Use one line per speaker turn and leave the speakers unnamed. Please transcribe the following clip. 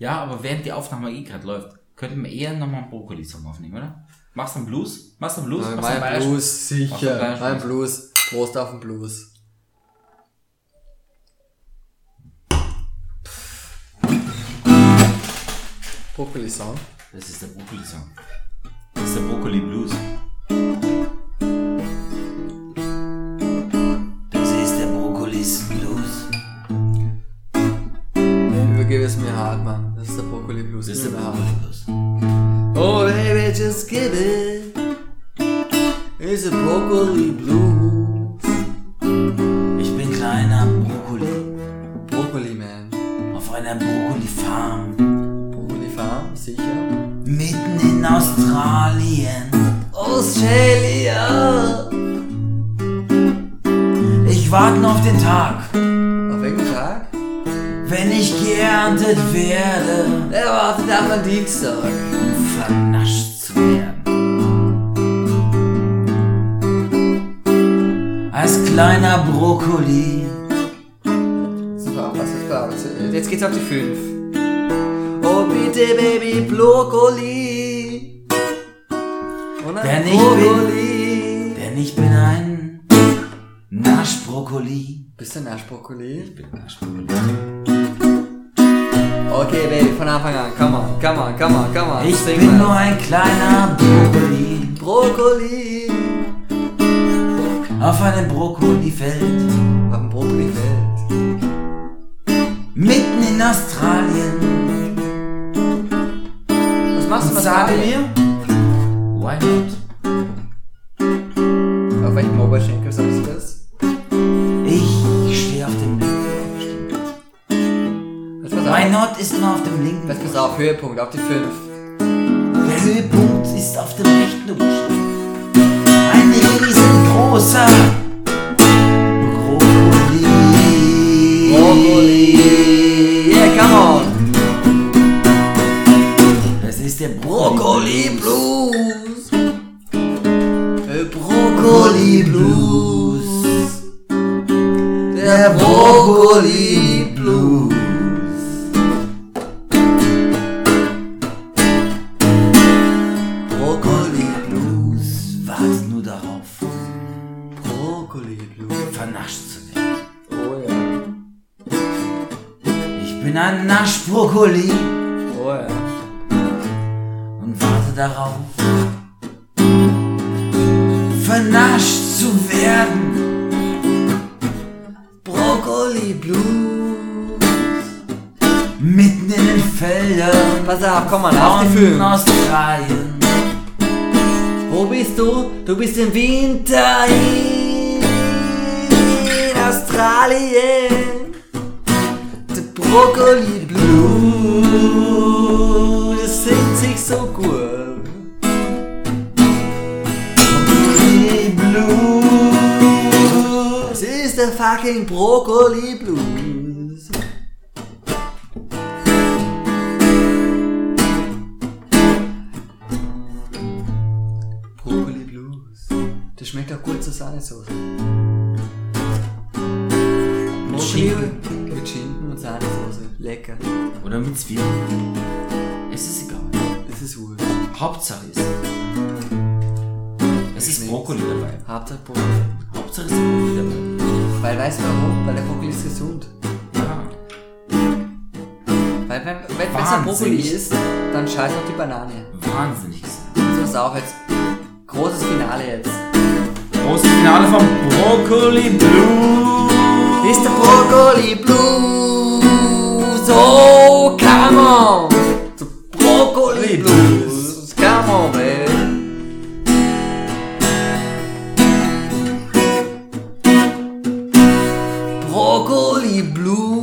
Ja, aber während die Aufnahme eh gerade läuft, könnten wir eher nochmal einen Brokkoli-Song aufnehmen, oder? Machst du einen Blues? Machst du einen Blues? Machst du einen
mein
Bayerischen?
Blues,
Machst du
sicher.
Bayerisch-
Mein Blues. Prost auf den Blues. Brokkoli-Song.
Das ist der Brokkoli-Song. Das ist der Brokkoli-Blues. Das ist der Brokkoli-Blues.
Übergebe es mir hart, Mann. Das ist der Brokkoli-Blues.
Das ist
Gib
der
mir hart.
Brokkoli-Blues.
Oh baby, just give it. It's a broccoli blues.
Ich bin kleiner Brokkoli
Broccoli man.
auf einer Brokkoli-Farm.
Broccoli Farm, sicher.
Mitten in Australien.
Australia.
Ich warte auf den Tag,
Auf welchen Tag?
wenn ich geerntet werde.
Der wartet auf am Dienstag.
um vernascht zu werden. Als kleiner Brokkoli
Super, was ist klar? Jetzt- Jetzt geht's auf die 5. Oh bitte Baby Broccoli. Und ein
Wer nicht
Broccoli.
Denn ich bin ein Naschbrokkoli.
Bist du ein Naschbroccoli?
Ich bin Naschbrokkoli.
Okay, Baby, von Anfang an. Come on, come on, come on, come on.
Ich
Sing
bin
mal.
nur ein kleiner Brokkoli
Brokkoli.
auf einem Brokkolifeld
Auf dem Brokkolifeld.
mitten in Australien.
Was machst du
Und
was
sage
sagen?
mir, why not?
Auf welchem Oberschenkel sagst du das?
Ich stehe auf dem linken.
Jetzt pass
Why
auf.
not ist nur auf dem linken.
Jetzt pass auf, Höhepunkt, auf die 5.
Der Höhepunkt ist auf dem rechten Oberschenkel. Ein riesengroßer Brokkoli.
Brokkoli. Yeah, come on.
Das ist der
Brokkoli
Brokkoli Blues.
Blues. Äh, Brokkoli Blues. Der Brokkoli Blues.
Brokkoli Blues. Wartet nur darauf,
Brokkoli Blues.
vernascht zu werden.
Oh ja.
Ich bin ein Naschbrokkoli
Oh ja.
und warte darauf, vernascht zu werden.
Brokkoli Blues.
Mitten in den Feldern
Pass auf, komm mal, auf die
von
5.
Australien.
Wo bist du? Du bist im Winter in Australien. Der Brokkoli Blues singt sich so gut.
Die Blues.
Es ist der fucking Brokkoli Blues. Brokkoli Blues. Das schmeckt auch gut zur Sahnesoße. Brokkoli
Schinken.
Mit Schinken und Sahnesoße. Lecker.
Oder mit Zwiebeln. Es ist egal.
Das ist wohl.
Hauptsache ist. Es ist
Schmeckt's.
Brokkoli dabei.
Hauptsache Brokkoli.
Hauptsache ist Brokkoli
Weil weißt du warum? Weil der Brokkoli ist gesund.
dabei. Ja.
Weil wenn, wenn wenn's ein Brokkoli
Wahnsinnig.
ist, dann scheiß auf die Banane.
Wahnsinnig. gesagt.
So ist auch jetzt. Großes Finale jetzt.
Großes Finale vom Brokkoli Blues.
Ist der Brokkoli Blues. Oh, come on. The Brokkoli Blues. Come on, baby. Brokkoli Blues.
Oh